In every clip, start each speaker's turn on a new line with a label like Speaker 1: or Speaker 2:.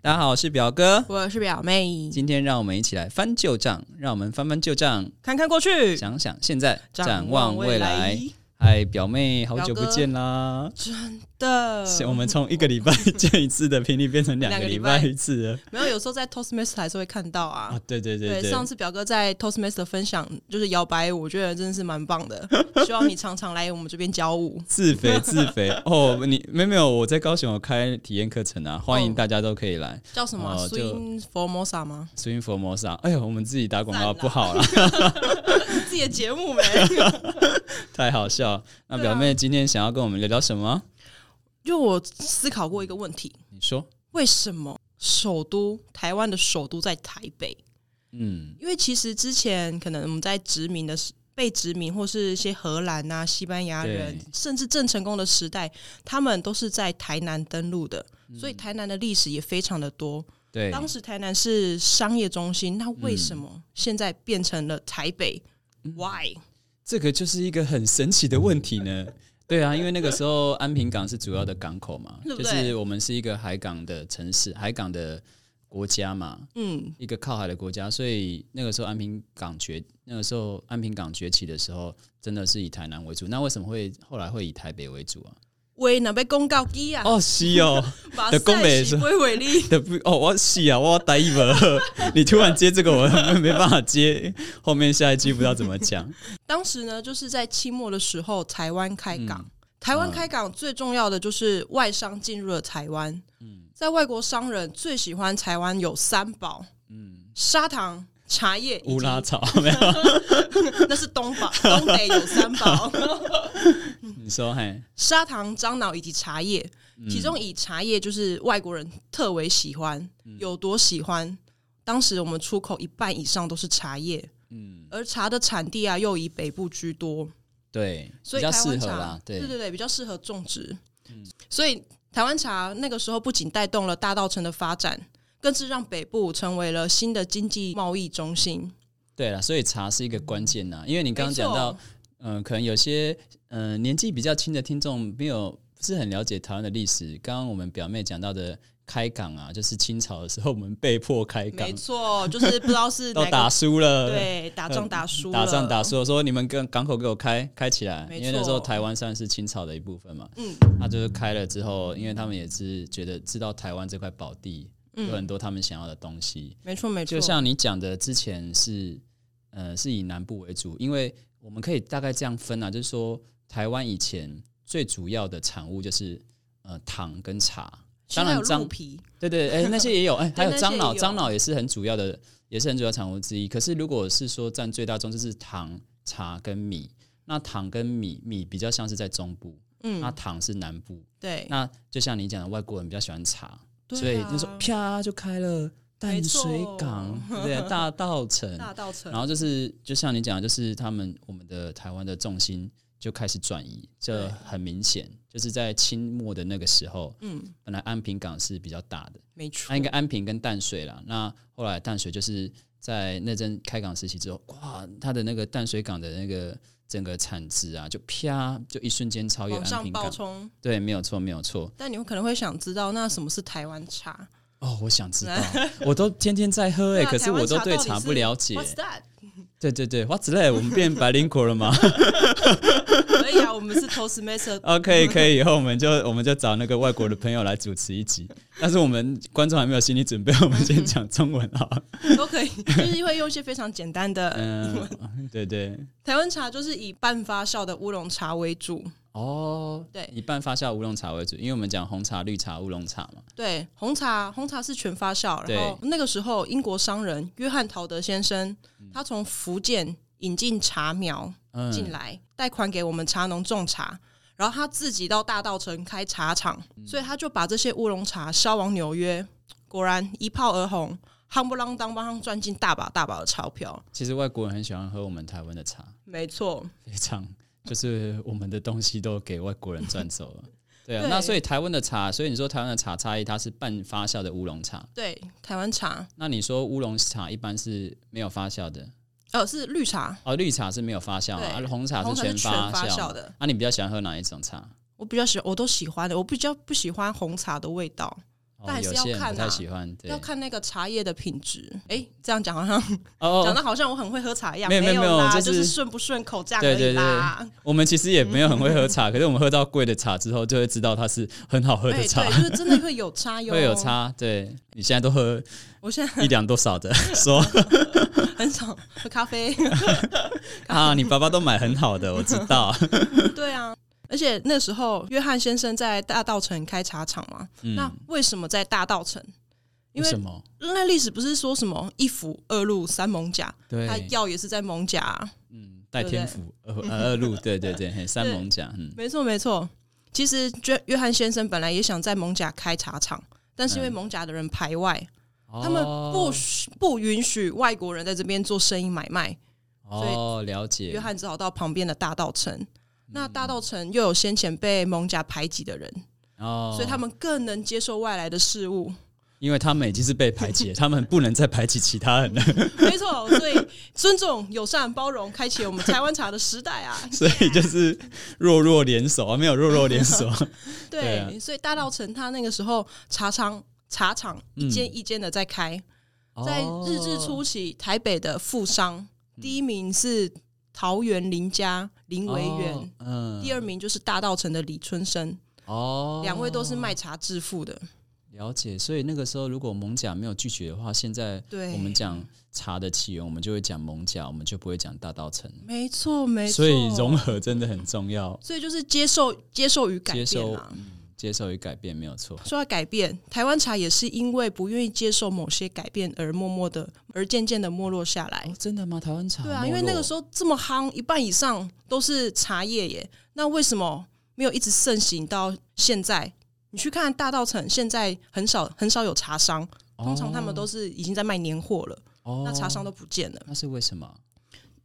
Speaker 1: 大家好，我是表哥。
Speaker 2: 我是表妹，
Speaker 1: 今天让我们一起来翻旧账，让我们翻翻旧账，
Speaker 2: 看看过去，
Speaker 1: 想想现在，展望未来。嗨，表妹，好久不见啦！
Speaker 2: 的。
Speaker 1: 我们从一个礼拜见一次的频率变成两
Speaker 2: 呃两
Speaker 1: 个
Speaker 2: 个
Speaker 1: 礼
Speaker 2: 礼
Speaker 1: 拜
Speaker 2: 拜
Speaker 1: 一次了。
Speaker 2: 没有，有时候在 Toastmaster 还是会看到啊。
Speaker 1: 啊，对对对
Speaker 2: 对，上次表哥在 Toastmaster 分享就是摇摆舞，我觉得真的是蛮棒 的。希望你常常来我们这边教舞。
Speaker 1: 自肥自 肥哦，你没有没有，我在高雄有开体验课程啊，欢迎
Speaker 2: 哦
Speaker 1: 大家都可以来。
Speaker 2: 叫什么、
Speaker 1: 哦
Speaker 2: s
Speaker 1: 就
Speaker 2: w i n g Formosa 吗？
Speaker 1: swing for m o s a 哎呦，我们自己打广告
Speaker 2: 赞啦啊
Speaker 1: 不 好啦，啊
Speaker 2: 自己的节目 没？
Speaker 1: 太好笑了。那
Speaker 2: 对啊
Speaker 1: 表妹今天想要跟我们聊聊什么？
Speaker 2: 就我思考过一个问题：
Speaker 1: 你说，
Speaker 2: 为什么首都台湾的首都在台北？
Speaker 1: 嗯，
Speaker 2: 因为其实之前可能我们在殖民的时被殖民，或是一些荷兰啊、西班牙人
Speaker 1: 对，
Speaker 2: 甚至郑成功的时代，他们都是在台南登陆的，所以台南的历史也非常的多。
Speaker 1: 嗯对，嗯
Speaker 2: 当时台南是商业中心，那为什么现在变成了台北、w h y
Speaker 1: 这个就是一个很神奇的问题
Speaker 2: 嗯
Speaker 1: 呢。 对啊，因为那个时候安平港是主要的港口嘛，
Speaker 2: 对不
Speaker 1: 就
Speaker 2: 对
Speaker 1: 是我们是一个海港的城市，海港的国家嘛，
Speaker 2: 嗯，
Speaker 1: 一个靠海的国家，所以那个时候安平港崛，那个时候安平港崛起的时候，真的是以台南为主。那为什么会后来会以台北为主啊？
Speaker 2: 为哪被公告机啊？
Speaker 1: 哦，是哦，
Speaker 2: 把
Speaker 1: 就讲
Speaker 2: 赛
Speaker 1: 袂
Speaker 2: 事
Speaker 1: 出
Speaker 2: 归为利，
Speaker 1: 的不哦，我是啊，我待一会儿， 你突然接这个，我没办法接，后面下一句不知道怎么 讲。
Speaker 2: 当时呢，就是在清末的时候，台湾开港。
Speaker 1: 嗯
Speaker 2: 台湾开港最重要的就是外商进入了台湾。
Speaker 1: 嗯
Speaker 2: 在外国商人最喜欢台湾有三宝，砂糖、茶叶以
Speaker 1: 嗯乌
Speaker 2: 及
Speaker 1: 拉草 没有？
Speaker 2: 那是东 宝，东北有三宝，
Speaker 1: 你说嘿，
Speaker 2: 砂糖、樟脑以及茶叶。
Speaker 1: 嗯
Speaker 2: 其中以茶叶就是外国人特为喜欢，
Speaker 1: 嗯
Speaker 2: 有多喜欢？当时我们出口一半以上都是茶叶，
Speaker 1: 嗯，
Speaker 2: 而茶的产地啊又以北部居多。
Speaker 1: 对，
Speaker 2: 所
Speaker 1: 比
Speaker 2: 以
Speaker 1: 较
Speaker 2: 台
Speaker 1: 适
Speaker 2: 湾
Speaker 1: 合
Speaker 2: 茶
Speaker 1: 啦，对嗯
Speaker 2: 对对比较适合种植。所以台湾茶那个时候不仅带动了大稻城的发展，更是让北部成为了新的经济贸易中心。
Speaker 1: 对啦，所以茶是一个关键呐，因为你刚刚讲到
Speaker 2: 没错，
Speaker 1: 嗯、可能有些嗯、呃年纪比较轻的听众没有不是很了解台湾的历史。刚刚我们表妹讲到的开港啊，就是清朝的时候我们被迫开港
Speaker 2: 没，错，就是不知道是
Speaker 1: 都
Speaker 2: 哪
Speaker 1: 打
Speaker 2: 个
Speaker 1: 输了，
Speaker 2: 对打仗打输了，
Speaker 1: 打仗打。输了，说你们跟港口给我开开起来，
Speaker 2: 没
Speaker 1: 因为那时候
Speaker 2: 错
Speaker 1: 台湾算是清朝的一部分嘛。
Speaker 2: 嗯，
Speaker 1: 他就是开了之后，因为他们也是觉得知道台湾这块宝地
Speaker 2: 嗯
Speaker 1: 有很多他们想要的东西，
Speaker 2: 没错没错，
Speaker 1: 就像你讲的，之前是呃是以南部为主，因为我们可以大概这样分啊，就是说台湾以前最主要的产物就是呃糖跟茶，
Speaker 2: 现
Speaker 1: 当
Speaker 2: 在
Speaker 1: 然
Speaker 2: 有鹿
Speaker 1: 樟
Speaker 2: 皮，
Speaker 1: 对对哎、那些也有哎、还
Speaker 2: 对
Speaker 1: 有
Speaker 2: 那些
Speaker 1: 樟脑，
Speaker 2: 也有
Speaker 1: 樟脑也是很主要的，也是很主要产物之一。可是如果是说占最大宗，就是糖、茶跟米。那糖跟米，米比较像是在中部，那
Speaker 2: 嗯，
Speaker 1: 糖是南部。
Speaker 2: 对，
Speaker 1: 啊那就像你讲的，外国人比较喜欢茶，
Speaker 2: 对啊
Speaker 1: 所以那时候啪就开了淡水港，对不对，大稻城。
Speaker 2: 大稻城
Speaker 1: 然，后就是，就像你讲的，就是他们我们的台湾的重心就开始转移，这
Speaker 2: 对
Speaker 1: 很明显，就是在清末的那个时候，
Speaker 2: 嗯，
Speaker 1: 本来安平港是比较大的，
Speaker 2: 没错
Speaker 1: 那，应该安平跟淡水啦。那后来淡水就是在那阵开港时期之后，哇，它的那个淡水港的那个整个产值啊，就啪就一瞬间超越
Speaker 2: 往
Speaker 1: 安
Speaker 2: 上
Speaker 1: 平
Speaker 2: 暴
Speaker 1: 港。
Speaker 2: 冲。
Speaker 1: 对，没有错，没有错。
Speaker 2: 但你们可能会想知道，那什么是台湾茶
Speaker 1: 哦，我想知 道，我都天天在喝哎、
Speaker 2: 对啊
Speaker 1: 可是我都
Speaker 2: 台
Speaker 1: 对
Speaker 2: 湾茶
Speaker 1: 茶
Speaker 2: 到底是
Speaker 1: 不了解。
Speaker 2: ？What's that？
Speaker 1: 对对对，哇，之类，我们变白领国了吗
Speaker 2: 可以啊，我们是 Toastmaster，
Speaker 1: ？OK，可以，以后我们就我们就找那个外国的朋友来主持一集。但是我们观众还没有心理准备，我们先讲中文 啊。
Speaker 2: 都可以，就是会用一些非常简单的
Speaker 1: 嗯，对对。
Speaker 2: 台湾茶就是以半发酵的乌龙茶为主，
Speaker 1: 哦，
Speaker 2: 对
Speaker 1: 以半发酵乌龙茶为主，因为我们讲红茶、绿茶、乌龙茶嘛。
Speaker 2: 对，红茶红茶是全发酵。
Speaker 1: 对
Speaker 2: 然后那个时候，英国商人约翰·陶德先生，他从福建引进茶苗
Speaker 1: 嗯，
Speaker 2: 进来，贷款给我们茶农种茶，然后他自己到大稻城开茶厂，
Speaker 1: 嗯
Speaker 2: 所以他就把这些乌龙茶销往纽约，果然一炮而红，夯不啷当帮他们赚进大把大把的钞票。
Speaker 1: 其实外国人很喜欢喝我们台湾的茶，
Speaker 2: 没错，
Speaker 1: 非常就是我们的东西都给外国人赚走了。对啊，
Speaker 2: 对
Speaker 1: 那所以台湾的茶，所以你说台湾的茶差异，它是半发酵的乌龙茶。
Speaker 2: 对，台湾茶，
Speaker 1: 那你说乌龙茶一般是没有发酵的，
Speaker 2: 呃，是绿茶，
Speaker 1: 哦，绿茶是没有发酵
Speaker 2: 对
Speaker 1: 嘛，而红茶
Speaker 2: 红茶是
Speaker 1: 全
Speaker 2: 全
Speaker 1: 发
Speaker 2: 发
Speaker 1: 酵啊
Speaker 2: 酵的。
Speaker 1: 那、你比较喜欢喝哪一种茶？
Speaker 2: 我比较喜，我都喜欢的，我比较不喜欢红茶的味道。
Speaker 1: 哦
Speaker 2: 但还是
Speaker 1: 有
Speaker 2: 要
Speaker 1: 些人
Speaker 2: 看
Speaker 1: 不太
Speaker 2: 啊
Speaker 1: 喜欢，对，
Speaker 2: 要看那个茶叶的品质。哎、这样讲好像
Speaker 1: 哦
Speaker 2: 讲
Speaker 1: 哦，
Speaker 2: 的好像我很会喝茶一样，
Speaker 1: 没有没有
Speaker 2: 有
Speaker 1: 没有
Speaker 2: 啦，
Speaker 1: 就
Speaker 2: 就是顺不顺口这样
Speaker 1: 对
Speaker 2: 而已
Speaker 1: 对
Speaker 2: 啦。
Speaker 1: 我们其实也没有很会喝茶， 可是我们喝到贵的茶之后，就会知道它是很好喝
Speaker 2: 哎
Speaker 1: 的茶，
Speaker 2: 对，就是真的会有差 哟，
Speaker 1: 会有。差。对你现在都喝
Speaker 2: 我现在
Speaker 1: 一两多 少的，说
Speaker 2: 很少喝咖啡，
Speaker 1: 啊，你爸爸都买很好的，我知道。
Speaker 2: 对啊。而且那时候，约翰先生在大道城开茶厂嘛。
Speaker 1: 嗯，
Speaker 2: 那为什么在大道城？因
Speaker 1: 为
Speaker 2: 为
Speaker 1: 什么？
Speaker 2: 那历史不是说什么一府二路三艋甲，
Speaker 1: 对，
Speaker 2: 他药也是在艋甲、啊。
Speaker 1: 嗯，戴
Speaker 2: 对不
Speaker 1: 天
Speaker 2: 对
Speaker 1: 府二呃二路，对对对，嘿三
Speaker 2: 对
Speaker 1: 猛甲，嗯，
Speaker 2: 没错没错，其实约约翰先生本来也想在蒙甲开茶厂，但是因为
Speaker 1: 嗯
Speaker 2: 蒙甲的人排外，他们不
Speaker 1: 哦
Speaker 2: 许不允许外国人在这边做生意买卖，所以
Speaker 1: 哦，了解。
Speaker 2: 约翰只好到旁边的大道
Speaker 1: 嗯
Speaker 2: 城。那大道城又有先前被蒙甲排挤的人，
Speaker 1: 哦，
Speaker 2: 所以他们更能接受外来的事物。
Speaker 1: 因为他们已经是被排挤了， 他们不能再排挤其他人了，
Speaker 2: 没错，所以尊重、友善、包容，开启了我们台湾茶的时 代啊！
Speaker 1: 所以就是弱弱联手啊，没有弱弱联手，
Speaker 2: 对，
Speaker 1: 对啊
Speaker 2: 所以大道城他那个时候茶厂茶厂
Speaker 1: 嗯
Speaker 2: 一间一间的在开，
Speaker 1: 哦
Speaker 2: 在日治初期，台北的富
Speaker 1: 嗯
Speaker 2: 商第一名是桃园林家林维源，
Speaker 1: 哦，嗯
Speaker 2: 第二名就是大道城的李春生，
Speaker 1: 哦，
Speaker 2: 两位都是卖茶致富的。
Speaker 1: 了解，所以那个时候如果蒙甲没有拒绝的话，现在
Speaker 2: 对
Speaker 1: 我们讲茶的起源，我们就会讲蒙甲，我们就不会讲大道城。
Speaker 2: 没错，没错。
Speaker 1: 所以融，合真的很重要，
Speaker 2: 所以就是接受接受与改
Speaker 1: 接
Speaker 2: 变
Speaker 1: 受、
Speaker 2: 啊。
Speaker 1: 嗯、接受与改变没有错。
Speaker 2: 说到改变，台湾茶也是因为不愿意接受某些改变而默默的，而渐渐的没落下来
Speaker 1: 哦。，真的吗？台湾茶
Speaker 2: 对啊，因为那个时
Speaker 1: 候
Speaker 2: 候这么夯，一半以上都是茶叶耶，那为什么没有一直盛行到现在？你去看大道城，现在很少很少有茶商，通常他们都是已经在卖年货了，
Speaker 1: 哦，
Speaker 2: 那茶商
Speaker 1: 都
Speaker 2: 都不见了，
Speaker 1: 那是为什么？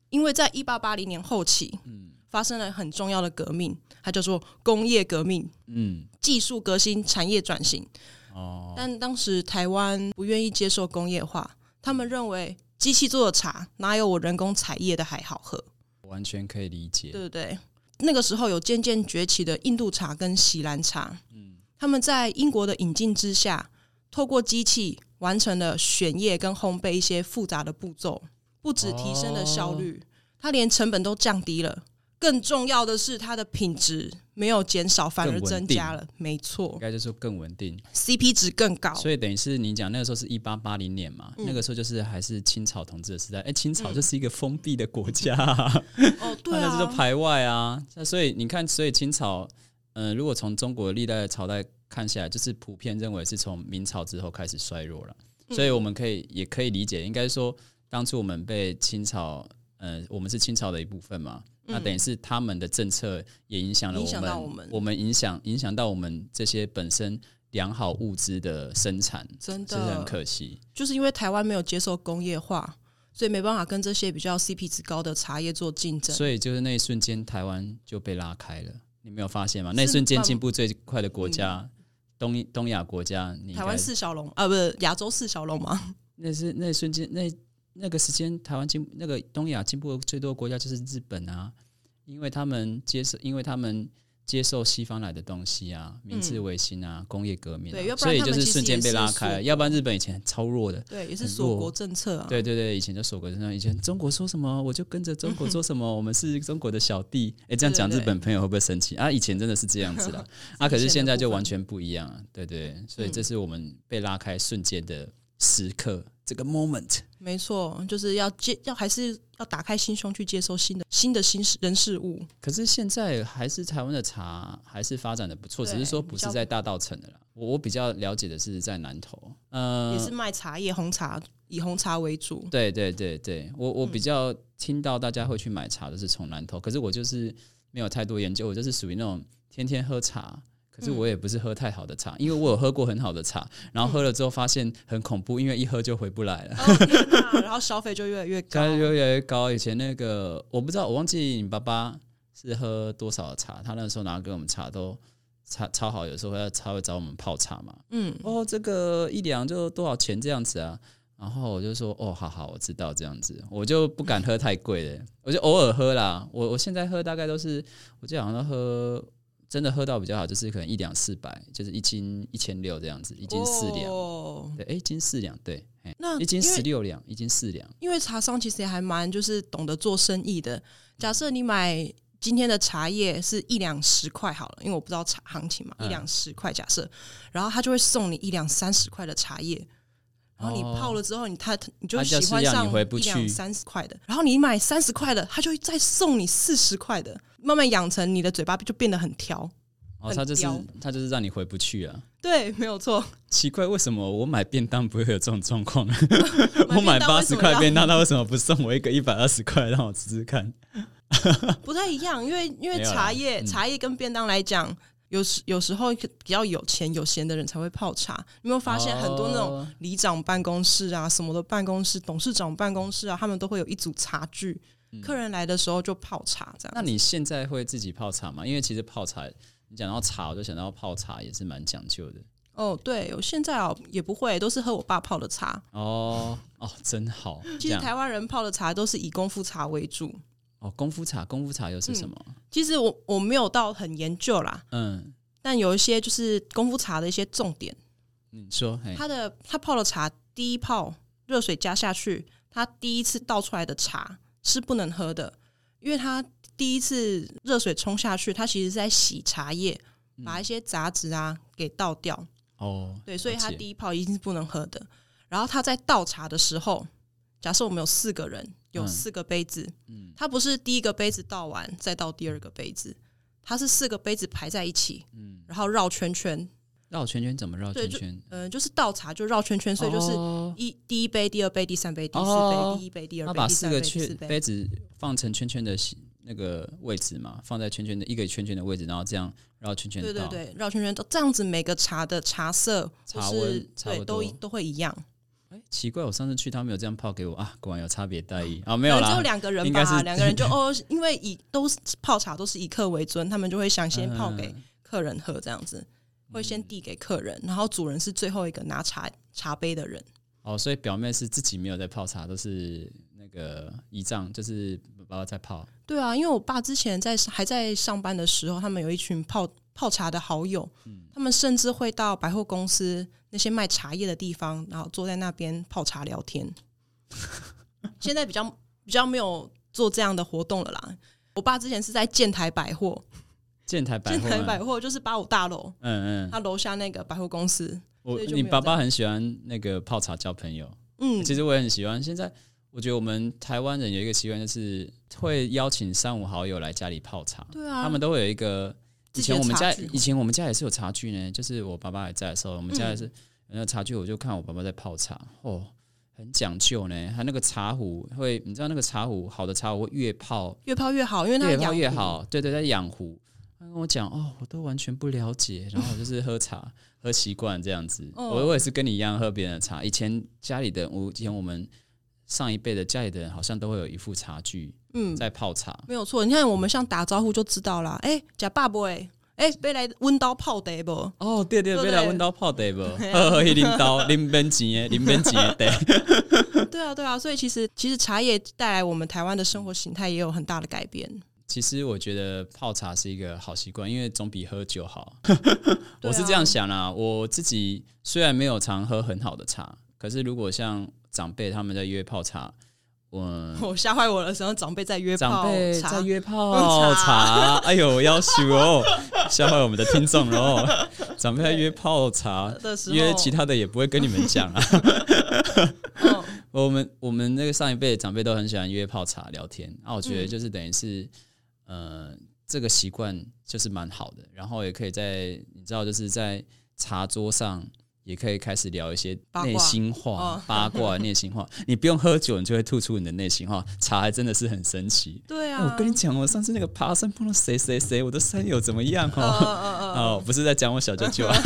Speaker 2: 因为在一八八零年后期，
Speaker 1: 嗯
Speaker 2: 发生了很重要的革命，它叫做工业革命。
Speaker 1: 嗯
Speaker 2: 技术革新、产业转型，
Speaker 1: 哦
Speaker 2: 但当时台湾不愿意接受工业化，他们认为机器做的茶哪有我人工采叶的还好喝？
Speaker 1: 完全可以理解。
Speaker 2: 对不对？那个时候有渐渐崛起的印度茶跟锡兰茶，
Speaker 1: 嗯
Speaker 2: 他们在英国的引进之下，透过机器完成了选叶跟烘焙一些复杂的步骤，不止提升了效
Speaker 1: 哦
Speaker 2: 率，它连成本都降低了。更重要的是，它的品质没有减少，反而
Speaker 1: 更稳
Speaker 2: 增
Speaker 1: 定
Speaker 2: 加了。没
Speaker 1: 应
Speaker 2: 错
Speaker 1: 该就是更稳定，
Speaker 2: ，CP 值更高。
Speaker 1: 所以等于是你讲那个时候是一八八零年嘛，
Speaker 2: 嗯
Speaker 1: 那个时候就是还是清朝统治的时代。哎、清朝就是一个封闭的国家、啊
Speaker 2: 哦，对
Speaker 1: 大家就是
Speaker 2: 啊，
Speaker 1: 排外啊。那所以你看，所以清朝，嗯、如果从中国历代的朝代看下来，就是普遍认为是从明朝之后开始衰弱了。
Speaker 2: 嗯
Speaker 1: 所以我们可以也可以理解，应该说当初我们被清朝，嗯、我们是清朝的一部分嘛。那等于是他们的政策也影响了我
Speaker 2: 嗯影响到
Speaker 1: 们，
Speaker 2: 我们
Speaker 1: 影响影响到我们这些本身良好物资的生产，
Speaker 2: 真
Speaker 1: 这是
Speaker 2: 的
Speaker 1: 很可惜。
Speaker 2: 就是因为台湾没有接受工业化，所以没办法跟这些比较 CP 值高的茶叶做竞争。
Speaker 1: 所以就是那一瞬间，台湾就被拉开了。你没有发现吗？那一瞬间进步最快的国家，东东亚国家，你应该
Speaker 2: 嗯台湾四小龙啊，不是亚洲四小龙吗？
Speaker 1: 那是那一瞬间那那个时间，台湾进那个东亚进步最多的国家就是日本啊，因为他们接受，因为他们接受西方来的东西啊，明治维新啊，工业革命、
Speaker 2: 嗯对要
Speaker 1: 啊，
Speaker 2: 不
Speaker 1: 所
Speaker 2: 然
Speaker 1: 以就
Speaker 2: 他们其实
Speaker 1: 瞬间被拉
Speaker 2: 也
Speaker 1: 开
Speaker 2: 是
Speaker 1: 了。要不然日本以前超弱的，
Speaker 2: 对，也是
Speaker 1: 很
Speaker 2: 锁
Speaker 1: 弱
Speaker 2: 国政策啊。
Speaker 1: 对对对，以前就锁国政策，以前中国说什么 我就跟着中国做什么，我们是中国的小 弟。哎，这样讲
Speaker 2: 对
Speaker 1: 日
Speaker 2: 对
Speaker 1: 本朋友会不会生气啊？以前真的是这样子 啦，啊，可是现在就完全不一样啊，对对，所以
Speaker 2: 嗯
Speaker 1: 这是我们被拉开瞬间的时刻，这个 moment。
Speaker 2: 没错，就是要接，要还是要打开心胸去接受新的新的新事人事物。
Speaker 1: 可是现在还是台湾的茶还是发展的不错，只
Speaker 2: 对
Speaker 1: 是说不
Speaker 2: 比
Speaker 1: 是
Speaker 2: 较
Speaker 1: 在大道城的啦。我我比较了解的是在南投，呃，
Speaker 2: 也是卖茶叶、红茶，以红茶 为主。
Speaker 1: 对对对对，我我比较听到大家会去买茶的是从南投，可是我就是没有太多研究，我就是属于那种天天喝茶。可是我也不是喝太好的茶，因为我有喝过很好的茶，然后喝了之后发现很恐怖，因为一喝就回不来了，
Speaker 2: 哦天哪！然后消费就越来越高
Speaker 1: 价。格就越来越高。以前那个我不知道，我忘记你爸爸是喝多少的茶，他那时候拿给我们茶都茶超好，有时候要他会找我们泡茶嘛，
Speaker 2: 嗯，
Speaker 1: 哦，这个一两就多少钱这样子啊？然后我就说，哦，好好，我知道这样子，我就不敢喝太贵的，我就偶尔喝啦。我我现在喝大概都是，我记得好像都喝真的喝到比较好，就是可能一两四百，就是一斤一千六这样子，一斤四两，
Speaker 2: 哦
Speaker 1: 对，哎，一斤四两，对，哎
Speaker 2: 那
Speaker 1: 一斤
Speaker 2: 因为
Speaker 1: 十六两，一斤四两，
Speaker 2: 因为茶商其实也还蛮就是懂得做生意的。假设你买今天的茶叶是一两十块好了，因为我不知道茶行情嘛，
Speaker 1: 嗯
Speaker 2: 一两十块假设，然后他就会送你一两三十块的茶叶。然后你
Speaker 1: 哦
Speaker 2: 泡了之后，你他你就
Speaker 1: 他就是
Speaker 2: 喜欢
Speaker 1: 要
Speaker 2: 上
Speaker 1: 你回不
Speaker 2: 一两
Speaker 1: 去
Speaker 2: 三十块的，然后你买三十块的，他就会再送你四十块的，慢慢养成你的嘴巴就变得很挑。
Speaker 1: 哦，
Speaker 2: 很
Speaker 1: 他就是
Speaker 2: 刁
Speaker 1: 他就是让你回不去啊。
Speaker 2: 对，没有 错。
Speaker 1: 奇怪，为什么我买便当不会有这种状况？
Speaker 2: 买
Speaker 1: 我买
Speaker 2: 便当
Speaker 1: 八
Speaker 2: 为什
Speaker 1: 十
Speaker 2: 么
Speaker 1: 块
Speaker 2: 要
Speaker 1: 便当，他为什么不送我一个一百二十块让我吃吃看？
Speaker 2: 不太一样，因为因为
Speaker 1: 没有啦
Speaker 2: 茶叶、
Speaker 1: 嗯
Speaker 2: 茶叶跟便当来讲，有时有时候比较有钱有闲的人才会泡茶。你有没有发现很多那种
Speaker 1: 哦
Speaker 2: 里长办公室啊、什么的办公室、董事长办公室啊，他们都会有一组茶具，
Speaker 1: 嗯
Speaker 2: 客人来的时候就泡茶这
Speaker 1: 那
Speaker 2: 样。
Speaker 1: 你现在会自己泡茶吗？因为其实泡茶，你讲到茶，我就想到泡茶也是蛮讲究的。
Speaker 2: 哦，对，我现在哦也不会，都是喝我爸泡的茶。
Speaker 1: 哦 哦，真好。这
Speaker 2: 其实
Speaker 1: 样
Speaker 2: 台湾人泡的茶都是以功夫茶为主。
Speaker 1: 哦，功夫茶，功夫茶又
Speaker 2: 嗯
Speaker 1: 是什么？
Speaker 2: 其实我我没有到很研究啦，
Speaker 1: 嗯，
Speaker 2: 但有一些就是功夫茶的一些重点。
Speaker 1: 你说，嘿，
Speaker 2: 它的它泡的茶第一泡热水加下去，它第一次倒出来的茶是不能喝的，因为它第一次热水冲下去，它其实是在洗茶叶，
Speaker 1: 嗯
Speaker 2: 把一些杂质啊给倒掉。
Speaker 1: 哦，
Speaker 2: 对，所以它
Speaker 1: 了解
Speaker 2: 第一泡一定是不能喝的。然后它在倒茶的时候，假设我们有四个人，有
Speaker 1: 嗯
Speaker 2: 四个杯子，嗯，它不是第一个杯子倒完再倒第二个杯子，它是四个杯子排在一起，嗯，然后绕圈圈，
Speaker 1: 绕圈圈怎么绕
Speaker 2: 对
Speaker 1: 圈
Speaker 2: 就
Speaker 1: 圈？
Speaker 2: 嗯、就是倒茶就绕圈圈，所以就是
Speaker 1: 哦
Speaker 2: 一第一杯、第二杯、第三杯、第四杯、
Speaker 1: 哦
Speaker 2: 第一杯、第二
Speaker 1: 他
Speaker 2: 杯、
Speaker 1: 把
Speaker 2: 第
Speaker 1: 四
Speaker 2: 三
Speaker 1: 个
Speaker 2: 杯、第
Speaker 1: 圈
Speaker 2: 四杯，
Speaker 1: 杯子放成圈圈的那个位置嘛，放在圈圈的一个圈圈的位置，然后这样绕圈圈
Speaker 2: 对对
Speaker 1: 倒。
Speaker 2: 对，绕圈圈都这样子，每个茶的茶色
Speaker 1: 茶
Speaker 2: 或
Speaker 1: 温
Speaker 2: 是
Speaker 1: 差
Speaker 2: 对
Speaker 1: 不
Speaker 2: 都
Speaker 1: 多
Speaker 2: 一都会一样，
Speaker 1: 哎奇怪，我上次去他没有这样泡给我啊，果然有差别待遇啊，没
Speaker 2: 没
Speaker 1: 有
Speaker 2: 只有
Speaker 1: 啦。
Speaker 2: 两个人
Speaker 1: 应该
Speaker 2: 吧，
Speaker 1: 是
Speaker 2: 两 个人就哦，因为以都是泡茶都是以客为尊，他们就会想先泡给
Speaker 1: 嗯
Speaker 2: 客人喝，这样子会先递给客人，然后主人是最后一个拿茶茶杯的人，
Speaker 1: 哦，所以表妹是自己没有在泡茶，都是那个姨丈，就是爸爸在泡。
Speaker 2: 对啊，因为我爸之前在还在上班的时候，他们有一群泡泡茶的好友，
Speaker 1: 嗯
Speaker 2: 他们甚至会到百货公司那些卖茶叶的地方，然后坐在那边泡茶聊天。 现在比较比较没有做这样的活动了啦。我爸之前是在建台百货，
Speaker 1: 建台百
Speaker 2: 建
Speaker 1: 货
Speaker 2: 台
Speaker 1: 吗，
Speaker 2: 百货就是八五大楼，
Speaker 1: 嗯嗯，
Speaker 2: 他楼下那个百货公司。
Speaker 1: 我
Speaker 2: 所以就
Speaker 1: 你
Speaker 2: 没有
Speaker 1: 爸
Speaker 2: 在
Speaker 1: 爸很喜欢那个泡茶交朋友，
Speaker 2: 嗯，
Speaker 1: 其实我也很喜欢。现在我觉得我们台湾人有一个习惯，就是会邀请三五好友来家里泡茶，
Speaker 2: 对啊，
Speaker 1: 他们都会有一个。以
Speaker 2: 自己
Speaker 1: 前
Speaker 2: 的
Speaker 1: 我们家
Speaker 2: 茶具
Speaker 1: 以前我们家也是有茶具呢，就是我爸爸还在的时候，我们家也是
Speaker 2: 嗯
Speaker 1: 有那个茶具，我就看我爸爸在泡茶，哦，很讲究呢。他那个茶壶会，你知道那个茶壶好的茶壶会越泡
Speaker 2: 越泡越好，因为他
Speaker 1: 越泡
Speaker 2: 养
Speaker 1: 越
Speaker 2: 壶。
Speaker 1: 好，对对，在养壶。他跟我讲哦，我都完全不了解，然后我就是喝茶喝习惯这样子。
Speaker 2: 哦
Speaker 1: 我我也是跟你一样喝别人的茶。以前家里的我，以前我们上一辈的家里的人好像都会有一副茶具
Speaker 2: 嗯，
Speaker 1: 在泡茶。
Speaker 2: 没有错。你看我们像打招呼就知道啦。哎、假爸不哎，哎，别来温刀泡的不？
Speaker 1: 哦，对对，
Speaker 2: 对
Speaker 1: 被
Speaker 2: 对
Speaker 1: 来温刀泡的不， 喝喝一拎刀，拎本钱的，拎本钱的， 对
Speaker 2: 对啊，对啊，所以其实其实茶叶带来我们台湾的生活形态也有很大的改变。
Speaker 1: 其实我觉得泡茶是一个好习惯，因为总比喝酒好。
Speaker 2: 对
Speaker 1: 我
Speaker 2: 啊
Speaker 1: 是这样想啦、我自己虽然没有常喝很好的茶，可是如果像长辈他们在约泡茶，我
Speaker 2: 我吓坏我了，然后长辈在约
Speaker 1: 长
Speaker 2: 泡
Speaker 1: 辈
Speaker 2: 茶
Speaker 1: 在， 约泡茶，哎呦，要死哦，吓坏我们的听众了哦。长辈在约泡茶
Speaker 2: 的时候
Speaker 1: 约其他的也不会跟你们讲啊。
Speaker 2: 嗯
Speaker 1: 我们我们那个上一辈的长辈都很喜欢约泡茶聊天，啊，我觉
Speaker 2: 嗯
Speaker 1: 得就是等于是，呃，这个习惯就是蛮好的，然后也可以在你知道就是在茶桌上。也可以开始聊一些
Speaker 2: 八卦
Speaker 1: 内心话
Speaker 2: 哦、
Speaker 1: 八 卦、内心话。你不用喝酒，你就会吐出你的内心话。茶还真的是很神奇。
Speaker 2: 对
Speaker 1: 哎
Speaker 2: 啊，
Speaker 1: 我跟你讲，我上次那个爬山碰到谁谁谁，我的山友怎么样
Speaker 2: 呃
Speaker 1: 哦？
Speaker 2: 呃呃，
Speaker 1: 哦，不是在讲我小舅舅啊，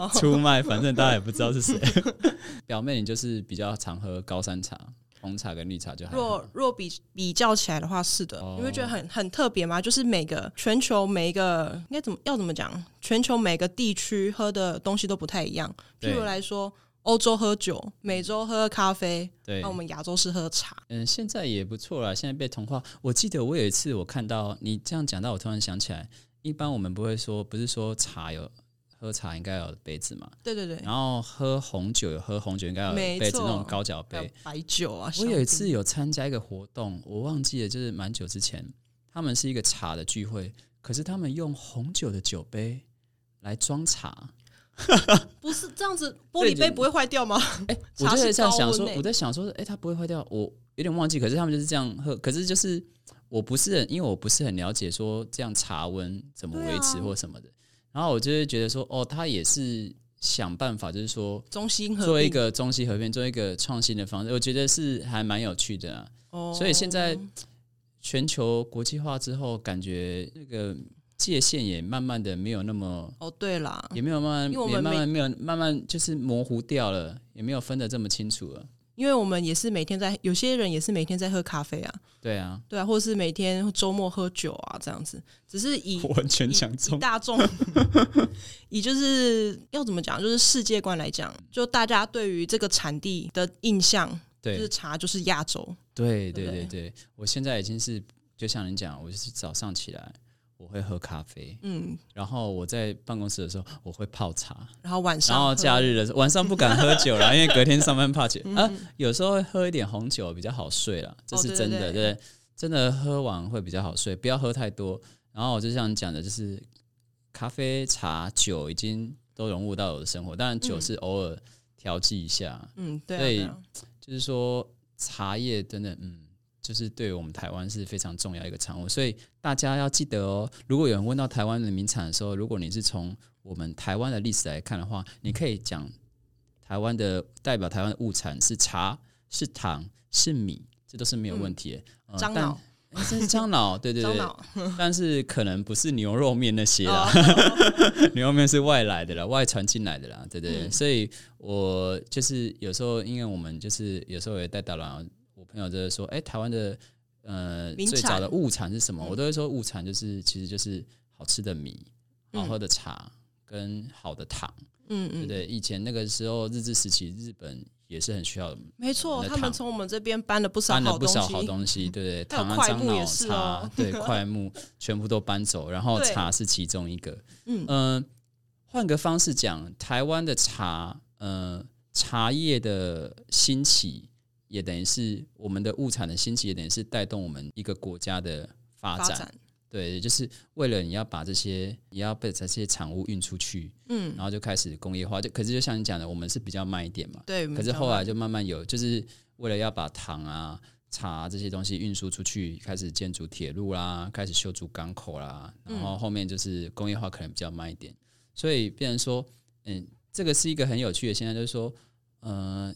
Speaker 2: 哦
Speaker 1: 出卖，反正大家也不知道是谁。 表妹，你就是比较常喝高山茶、红茶跟绿茶就还好。
Speaker 2: 若若比比较起来的话，是的，
Speaker 1: 哦
Speaker 2: 你会觉得很很特别吗？就是每个全球每一个应该怎么要怎么讲，全球每个地区喝的东西都不太一样。譬
Speaker 1: 对
Speaker 2: 如来说，欧洲喝酒，美洲喝咖啡，
Speaker 1: 对
Speaker 2: 那我，们亚洲是喝茶。
Speaker 1: 嗯，现在也不错啦，现在被同化。我记得我有一次我看到你这样讲到，我突然想起来，一般我们不会说，不是说茶有喝茶应该有杯子嘛，
Speaker 2: 对对对，
Speaker 1: 然后喝红酒有喝红酒应该有
Speaker 2: 没
Speaker 1: 杯子
Speaker 2: 错
Speaker 1: 那种高脚
Speaker 2: 还有
Speaker 1: 杯。
Speaker 2: 白酒啊。
Speaker 1: 我有一次
Speaker 2: 香槟，
Speaker 1: 有参加一个活动，我忘记了，就是蛮久之前，他们是一个茶的聚会，可是他们用红酒的酒杯来装茶。
Speaker 2: 不 是这样子，玻璃杯不会坏掉吗？
Speaker 1: 哎、我
Speaker 2: 茶
Speaker 1: 就是在这样想
Speaker 2: 高
Speaker 1: 说
Speaker 2: 温，欸
Speaker 1: 我在想说，哎、它不会坏掉，我有点忘记。可是他们就是这样喝，可是就是我不是很，因为我不是很了解说这样茶温怎么维持
Speaker 2: 对啊
Speaker 1: 或什么的。然后我就会觉得说，哦，他也是想办法，就是说
Speaker 2: 中心合
Speaker 1: 做一
Speaker 2: 并
Speaker 1: 个中西合并，做一个创新的方式，我觉得是还蛮有趣的啊。
Speaker 2: 哦，
Speaker 1: 所以现在全球国际化之后，感觉那个界限也慢慢的没有那么，
Speaker 2: 哦对啦，
Speaker 1: 也没有慢慢，
Speaker 2: 因为我
Speaker 1: 也
Speaker 2: 们
Speaker 1: 慢慢没有慢慢就是模糊掉了，也没有分得这么清楚了。
Speaker 2: 因为我们也是每天在，有些人也是每天在喝咖啡啊，
Speaker 1: 对啊，
Speaker 2: 对啊，或是每天周末喝酒啊这样子，只是以
Speaker 1: 完全
Speaker 2: 以以大众， 以就是要怎么讲，就是世界观来讲，就大家对于这个产地的印象，就
Speaker 1: 对
Speaker 2: 是茶就是亚洲，
Speaker 1: 对对
Speaker 2: 对不
Speaker 1: 对对，我现在已经是就像你讲，我就是早上起来我会喝咖啡，
Speaker 2: 嗯，
Speaker 1: 然后我在办公室的时候我会泡茶，
Speaker 2: 然后晚上
Speaker 1: 然
Speaker 2: 喝，
Speaker 1: 后假日的时候晚上不敢喝 酒了，因为隔天上班怕酒啊。有时候会喝一点红酒比较好睡了，这
Speaker 2: 嗯哦
Speaker 1: 是
Speaker 2: 对
Speaker 1: 真
Speaker 2: 对
Speaker 1: 的，
Speaker 2: 对
Speaker 1: 对，真的喝完会比较好睡，不要喝太多。然后我就像你讲的，就是咖啡、茶、酒已经都融入到我的生活，当然酒
Speaker 2: 嗯
Speaker 1: 是偶尔调剂一下，
Speaker 2: 嗯，对啊、
Speaker 1: 所以
Speaker 2: 对啊
Speaker 1: 就是说茶叶等等，嗯，就是对于我们台湾是非常重要一个产物，所以大家要记得哦。如果有人问到台湾的名产的时候，如果你是从我们台湾的历史来看的话，你可以讲台湾的代表台湾的物产是茶、是糖、是米，这都是没有问题的。呃
Speaker 2: 嗯樟
Speaker 1: 但
Speaker 2: 脑
Speaker 1: 哎这是樟脑，对对
Speaker 2: 樟
Speaker 1: 对，
Speaker 2: 脑哦
Speaker 1: 但是可能不是牛肉面那些啦，牛肉面是外来的啦，外传进来的啦，对对对，
Speaker 2: 嗯
Speaker 1: 所以我就是有时候，因为我们就是有时候也带导览，我朋友就是说，哎、台湾的呃
Speaker 2: 名
Speaker 1: 最早
Speaker 2: 产
Speaker 1: 的物产是什么？
Speaker 2: 嗯
Speaker 1: 我都会说物产就是其实就是好吃的米、
Speaker 2: 嗯
Speaker 1: 好喝的茶跟好的糖，
Speaker 2: 嗯
Speaker 1: 对
Speaker 2: 嗯
Speaker 1: 不，对？以前那个时候日治时期，日本也是很需要
Speaker 2: 没
Speaker 1: 我
Speaker 2: 错，
Speaker 1: 们的
Speaker 2: 他们
Speaker 1: 糖
Speaker 2: 从我们这边搬了不少
Speaker 1: 搬了
Speaker 2: 好
Speaker 1: 不
Speaker 2: 东西，
Speaker 1: 少好东西，对对，
Speaker 2: 还
Speaker 1: 糖
Speaker 2: 有
Speaker 1: 啊、
Speaker 2: 块
Speaker 1: 樟
Speaker 2: 木也
Speaker 1: 脑、
Speaker 2: 是
Speaker 1: 茶
Speaker 2: 哦，
Speaker 1: 对，块木全部都搬走，然后
Speaker 2: 对
Speaker 1: 茶是其中一个。
Speaker 2: 嗯
Speaker 1: 嗯，换个方式讲，台湾的茶，呃，茶叶的兴起，也等于是我们的物产的兴起，也等于是带动我们一个国家的发
Speaker 2: 发
Speaker 1: 展。
Speaker 2: 展，
Speaker 1: 对，也就是为了你要把这些，也要被这些产物运出去，
Speaker 2: 嗯，
Speaker 1: 然后就开始工业化。就可是就像你讲的，我们是比较慢一点嘛，
Speaker 2: 对。
Speaker 1: 可
Speaker 2: 比
Speaker 1: 是
Speaker 2: 较
Speaker 1: 后
Speaker 2: 慢
Speaker 1: 来就慢慢有，就是为了要把糖啊、茶啊这些东西运输出去，开始建筑铁路啦，开始修筑港口啦，然后后面就是工业化可能比较慢一点，所以变成说，嗯，这个是一个很有趣的现象，就是说，呃，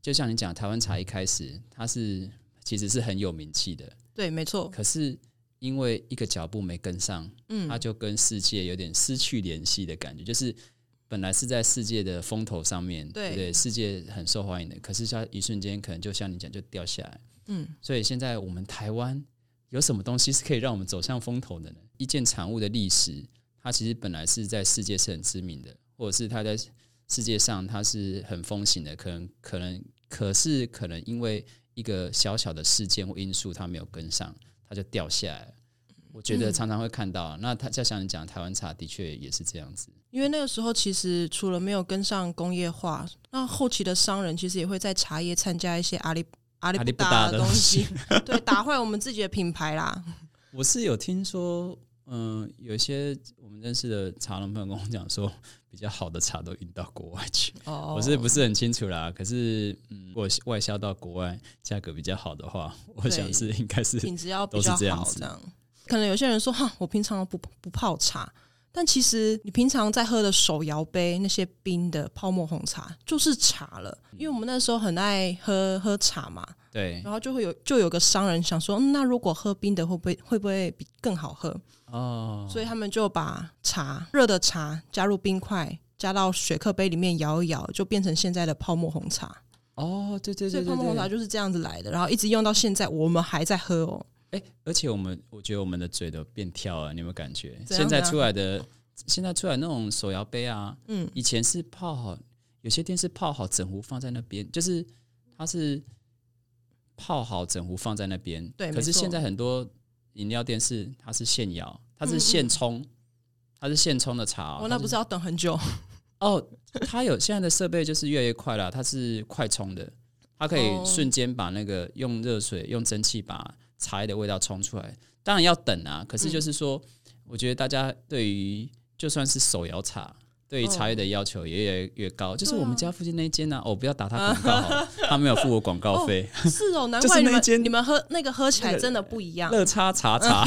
Speaker 1: 就像你讲，台湾茶一开始它是其实是很有名气的，
Speaker 2: 对，没错，
Speaker 1: 可是因为一个脚步没跟上，
Speaker 2: 嗯
Speaker 1: 它就跟世界有点失去联系的感觉，就是本来是在世界的风头上面，
Speaker 2: 对
Speaker 1: 对不对？世界很受欢迎的，可是它一瞬间可能就像你讲就掉下来，
Speaker 2: 嗯，
Speaker 1: 所以现在我们台湾有什么东西是可以让我们走向风头的呢？一件产物的历史，它其实本来是在世界是很知名的，或者是它在世界上它是很风行的，可能可能可是可能因为一个小小的事件或因素，它没有跟上，它就掉下来了。我觉得常常会看到，那他再想讲台湾茶的确也是这样子，
Speaker 2: 因为那个时候其实除了没有跟上工业化，那后期的商人其实也会在茶叶参加一些阿里阿里
Speaker 1: 阿
Speaker 2: 不
Speaker 1: 里不
Speaker 2: 达
Speaker 1: 达
Speaker 2: 的
Speaker 1: 的
Speaker 2: 东
Speaker 1: 东
Speaker 2: 西
Speaker 1: 西，
Speaker 2: 对，打坏我们自己的品牌啦。
Speaker 1: 我是有听说，嗯、有一些我们认识的茶农朋友跟我讲说，比较好的茶都运到国外去，
Speaker 2: 哦
Speaker 1: 我是不是很清楚啦？可是，嗯，如果外销到国外，价格比较好的话，我
Speaker 2: 对
Speaker 1: 想是应该是
Speaker 2: 品质要比
Speaker 1: 都是
Speaker 2: 较
Speaker 1: 这样
Speaker 2: 好
Speaker 1: 子
Speaker 2: 这样？可能有些人说哈，我平常不不泡茶，但其实你平常在喝的手摇杯那些冰的泡沫红茶就是茶了，因为我们那时候很爱喝喝茶嘛，
Speaker 1: 对
Speaker 2: 然后就会有就有个商人想说，嗯那如果喝冰的会不会会不会比更好喝？
Speaker 1: 哦，
Speaker 2: 所以他们就把茶热的茶加入冰块，加到雪克杯里面摇一摇，就变成现在的泡沫红茶。
Speaker 1: 哦，对对
Speaker 2: 所
Speaker 1: 对
Speaker 2: 以泡
Speaker 1: 对
Speaker 2: 沫红茶
Speaker 1: 对，
Speaker 2: 就是这样子来的，然后一直用到现在，我们还在喝哦。
Speaker 1: 哎，而且我们我觉得我们的嘴都变跳了，你有没有感觉？
Speaker 2: 怎样
Speaker 1: 现在
Speaker 2: 怎样
Speaker 1: 出来的，现在出来那种手摇杯啊，
Speaker 2: 嗯，
Speaker 1: 以前是泡好，有些店是泡好整壶放在那边，就是它是泡好整壶放在那边。
Speaker 2: 对
Speaker 1: 可是
Speaker 2: 没错
Speaker 1: 现在很多饮料店是它是现摇，它是现冲，它是现冲的茶、
Speaker 2: 嗯哦，那
Speaker 1: 它
Speaker 2: 不是要等很久？
Speaker 1: 哦，它有现在的设备就是越来越快了，它是快冲的，它可以
Speaker 2: 哦
Speaker 1: 瞬间把那个用热水、用蒸汽把茶叶的味道冲出来。当然要等啊，可是就是说，我觉得大家对于就算是手摇茶，对于茶叶的要求也越来越
Speaker 2: 嗯啊
Speaker 1: 高。就是我们家附近那一间呢、啊，哦，不要打他广告好 了，他没有付我广告费。
Speaker 2: 是哦，难
Speaker 1: 就是
Speaker 2: 怪你
Speaker 1: 那
Speaker 2: 们
Speaker 1: 间
Speaker 2: 你们喝那个喝起来真的不一样，
Speaker 1: 乐差茶茶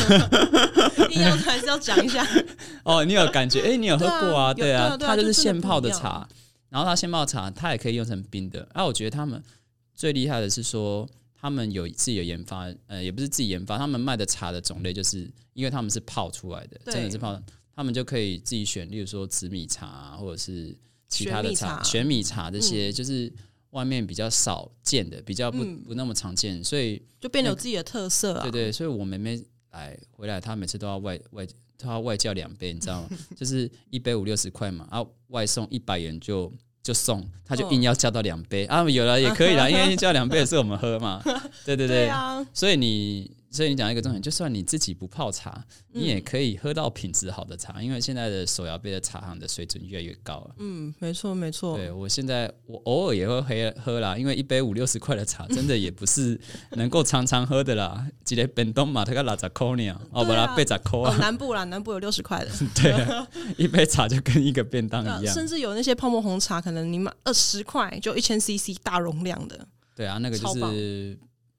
Speaker 2: 硬要还是要讲一下。
Speaker 1: 哦，你有感觉？哎、你有喝过啊？
Speaker 2: 对啊有对啊对啊
Speaker 1: 它就
Speaker 2: 就是真的
Speaker 1: 现泡
Speaker 2: 不
Speaker 1: 的
Speaker 2: 一样
Speaker 1: 茶，然后它现泡茶，它也可以用成冰的。啊，我觉得他们最厉害的是说，他们有自己的研发，呃，也不是自己研发，他们卖的茶的种类，就是因为他们是泡出来的，
Speaker 2: 对
Speaker 1: 真的是泡，他们就可以自己选，例如说紫米茶啊或者是其他的茶、
Speaker 2: 玄嗯
Speaker 1: 玄米茶这些，就是外面比较少见的，比较不、不那么常见，所以
Speaker 2: 就变得有自己的特色啊。
Speaker 1: 对对，所以我妹妹来回来，她每次都要外外，她要外叫两杯，你知 道吗？就是一杯五六十块嘛，啊，外送一百元就就送，她就硬要叫到两杯、啊，有了也可 以啦，因为叫两杯也是我们喝 嘛，对对对，
Speaker 2: 对啊，
Speaker 1: 所以你所以你讲一个重点，就算你自己不泡茶，你也可以喝到品质好的茶，因为现在的手摇杯的茶行的水准越来越高了。
Speaker 2: 嗯，没错没错。
Speaker 1: 对我现在我偶尔也会喝喝啦，因为一杯五六十块的 茶，真的也不是能够常常喝的啦。一个本东马特个六十块呢，哦不
Speaker 2: 对啊
Speaker 1: 啦，八十块
Speaker 2: 哦，
Speaker 1: 啊，
Speaker 2: 南部啦，南部有六十块的，
Speaker 1: 对啊， 一杯茶就跟一个便当
Speaker 2: 那
Speaker 1: 一样
Speaker 2: 呃甚。至有那些泡沫红茶，可能你买二十块就一千 CC 大容量的，
Speaker 1: 对啊，那个就
Speaker 2: 超
Speaker 1: 是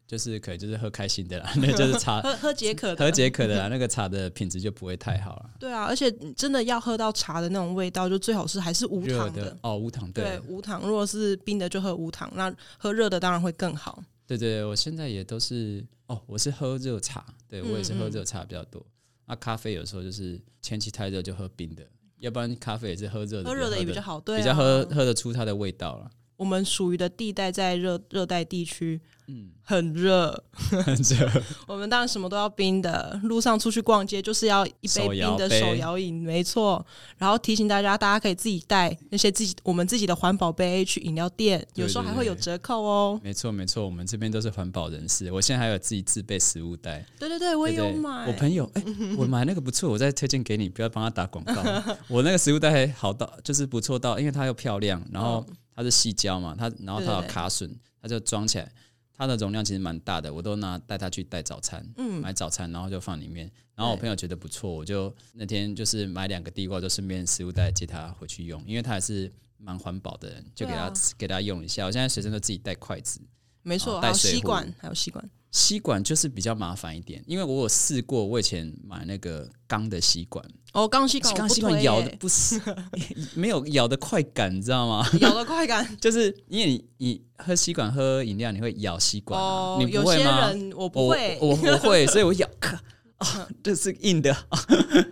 Speaker 1: 就是可以就是喝开心的啦， 那就是 茶
Speaker 2: 喝喝解渴
Speaker 1: 啊喝
Speaker 2: 的。
Speaker 1: 解渴的啦，那个茶的品质就不会太好了。
Speaker 2: 对啊，而且你真的要喝到茶的那种味道，就最好是还是无
Speaker 1: 热
Speaker 2: 糖
Speaker 1: 的。哦，无糖
Speaker 2: 对
Speaker 1: 对，
Speaker 2: 无糖，如果是冰的就喝无糖，那喝热的当然会更好。
Speaker 1: 对对，我现在也都是哦，我是喝热茶，对我也是喝
Speaker 2: 嗯嗯
Speaker 1: 热茶比较多。那、咖啡有时候就是天气太热就喝冰的，要不然咖啡也呃是喝热的，
Speaker 2: 喝热的也比较
Speaker 1: 好，
Speaker 2: 好，对、啊，
Speaker 1: 比较喝喝得出它的味道了。
Speaker 2: 我们属于的地带在热热带地区，嗯，很热，
Speaker 1: 这
Speaker 2: 我们当然什么都要冰的。路上出去逛街就是要一杯
Speaker 1: 手摇
Speaker 2: 冰的
Speaker 1: 杯
Speaker 2: 手摇饮，没错。然后提醒大家，大家可以自己带那些自己我们自己的环保杯去饮料店，
Speaker 1: 对
Speaker 2: 有时候
Speaker 1: 对
Speaker 2: 还会有
Speaker 1: 对
Speaker 2: 折扣哦。
Speaker 1: 没错没错，我们这边都是环保人士，我现在还有自己自备食物袋。
Speaker 2: 对对对，嗯我也
Speaker 1: 对
Speaker 2: 有
Speaker 1: 对
Speaker 2: 买，
Speaker 1: 我朋友哎、我买那个不错，我再推荐给你，不要帮他打广告。 我那个食物袋还好到，就是不错到，因为它又漂亮，然后它是细胶嘛，它然后它有
Speaker 2: 嗯对对对
Speaker 1: 卡榫，它就装起来，它的容量其实蛮大的，我都拿带它去带早餐，嗯，买早餐然后就放里面。然后我
Speaker 2: 对
Speaker 1: 朋友觉得不错，我就那天就是买两个地瓜，就顺便食物袋借他回去用，因为他还是蛮环保的人，就给他、
Speaker 2: 对啊
Speaker 1: 给他用一下。我现在随身都自己带筷子，
Speaker 2: 没
Speaker 1: 哦
Speaker 2: 错，还
Speaker 1: 带
Speaker 2: 有
Speaker 1: 水
Speaker 2: 吸
Speaker 1: 壶
Speaker 2: 管，还有吸管，
Speaker 1: 吸管就是比较麻烦一点，因为我有试过，我以前买那个钢的吸管，
Speaker 2: 哦，钢吸管我
Speaker 1: 钢
Speaker 2: 不
Speaker 1: 吸管
Speaker 2: 推欸
Speaker 1: 咬的
Speaker 2: 耶
Speaker 1: 不是 没有咬的快感，你知道吗？
Speaker 2: 咬的快感。
Speaker 1: 就是因为你你喝吸管喝饮料，你会咬吸管、啊
Speaker 2: 哦，
Speaker 1: 你
Speaker 2: 有
Speaker 1: 不会
Speaker 2: 些
Speaker 1: 吗？
Speaker 2: 人我
Speaker 1: 我
Speaker 2: 不会，
Speaker 1: 我我会，所以我咬啊， 这是硬的啊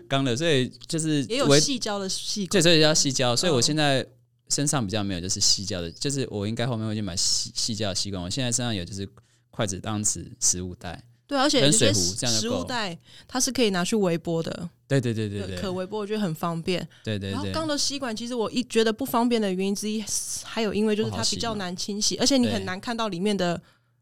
Speaker 1: 钢、的，所以就是
Speaker 2: 也有
Speaker 1: 我
Speaker 2: 细胶的吸管。
Speaker 1: 对，所以要细胶，所以我
Speaker 2: 哦
Speaker 1: 现在身上比较没有，就是细胶的，就是我应该后面会去买细细胶的吸管，我现在身上有就是筷子、当匙、食物袋。
Speaker 2: 对，而且有
Speaker 1: 跟水
Speaker 2: 些
Speaker 1: 壶这样就
Speaker 2: 食
Speaker 1: 够
Speaker 2: 物
Speaker 1: 了
Speaker 2: 袋它是可以拿去微波的，
Speaker 1: 对对对对对，
Speaker 2: 可微波我觉得很方便。
Speaker 1: 对对
Speaker 2: 然后
Speaker 1: 对，
Speaker 2: 钢的吸管，其实我一觉得不方便的原因之一，还有因为就是
Speaker 1: 不
Speaker 2: 它
Speaker 1: 好洗
Speaker 2: 比较
Speaker 1: 嘛
Speaker 2: 难清洗，而且你
Speaker 1: 对
Speaker 2: 很难看到里面的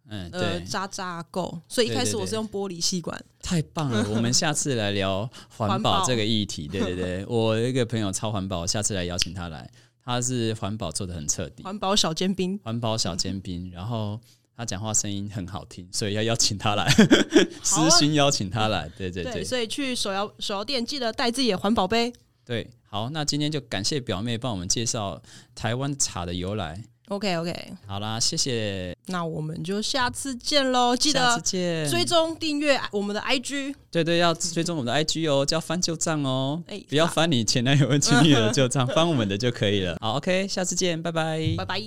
Speaker 1: 嗯，
Speaker 2: 呃
Speaker 1: 对，
Speaker 2: 渣渣垢，所以一
Speaker 1: 对
Speaker 2: 开
Speaker 1: 对
Speaker 2: 始我
Speaker 1: 对
Speaker 2: 是用玻璃吸管。
Speaker 1: 太棒 了！我们下次来聊环
Speaker 2: 环
Speaker 1: 保
Speaker 2: 保
Speaker 1: 这个议题。对对 对，我有一个朋友超环保，下次来邀请他来，他是环保做的很彻底，
Speaker 2: 环保小尖兵，
Speaker 1: 环保小尖兵，
Speaker 2: 嗯
Speaker 1: 然后。他讲话声音很好听，所以要邀请他来，
Speaker 2: 好
Speaker 1: 私
Speaker 2: 啊
Speaker 1: 心邀请他来。对对
Speaker 2: 对，
Speaker 1: 对
Speaker 2: 所以去手摇手摇店记得带自己的环保杯。
Speaker 1: 对，好，那今天就感谢表妹帮我们介绍台湾茶的由来。
Speaker 2: OK OK，
Speaker 1: 好啦，谢谢，
Speaker 2: 那我们就下次见喽，记
Speaker 1: 下次
Speaker 2: 得
Speaker 1: 见。
Speaker 2: 追踪订阅我们的 IG。
Speaker 1: 对对，要追踪我们的 IG 哦，叫翻旧账哦，
Speaker 2: 哎
Speaker 1: 不要翻你前男友跟前女友的旧账，翻我们的就可以了。好，OK，下次见，拜拜
Speaker 2: 拜拜。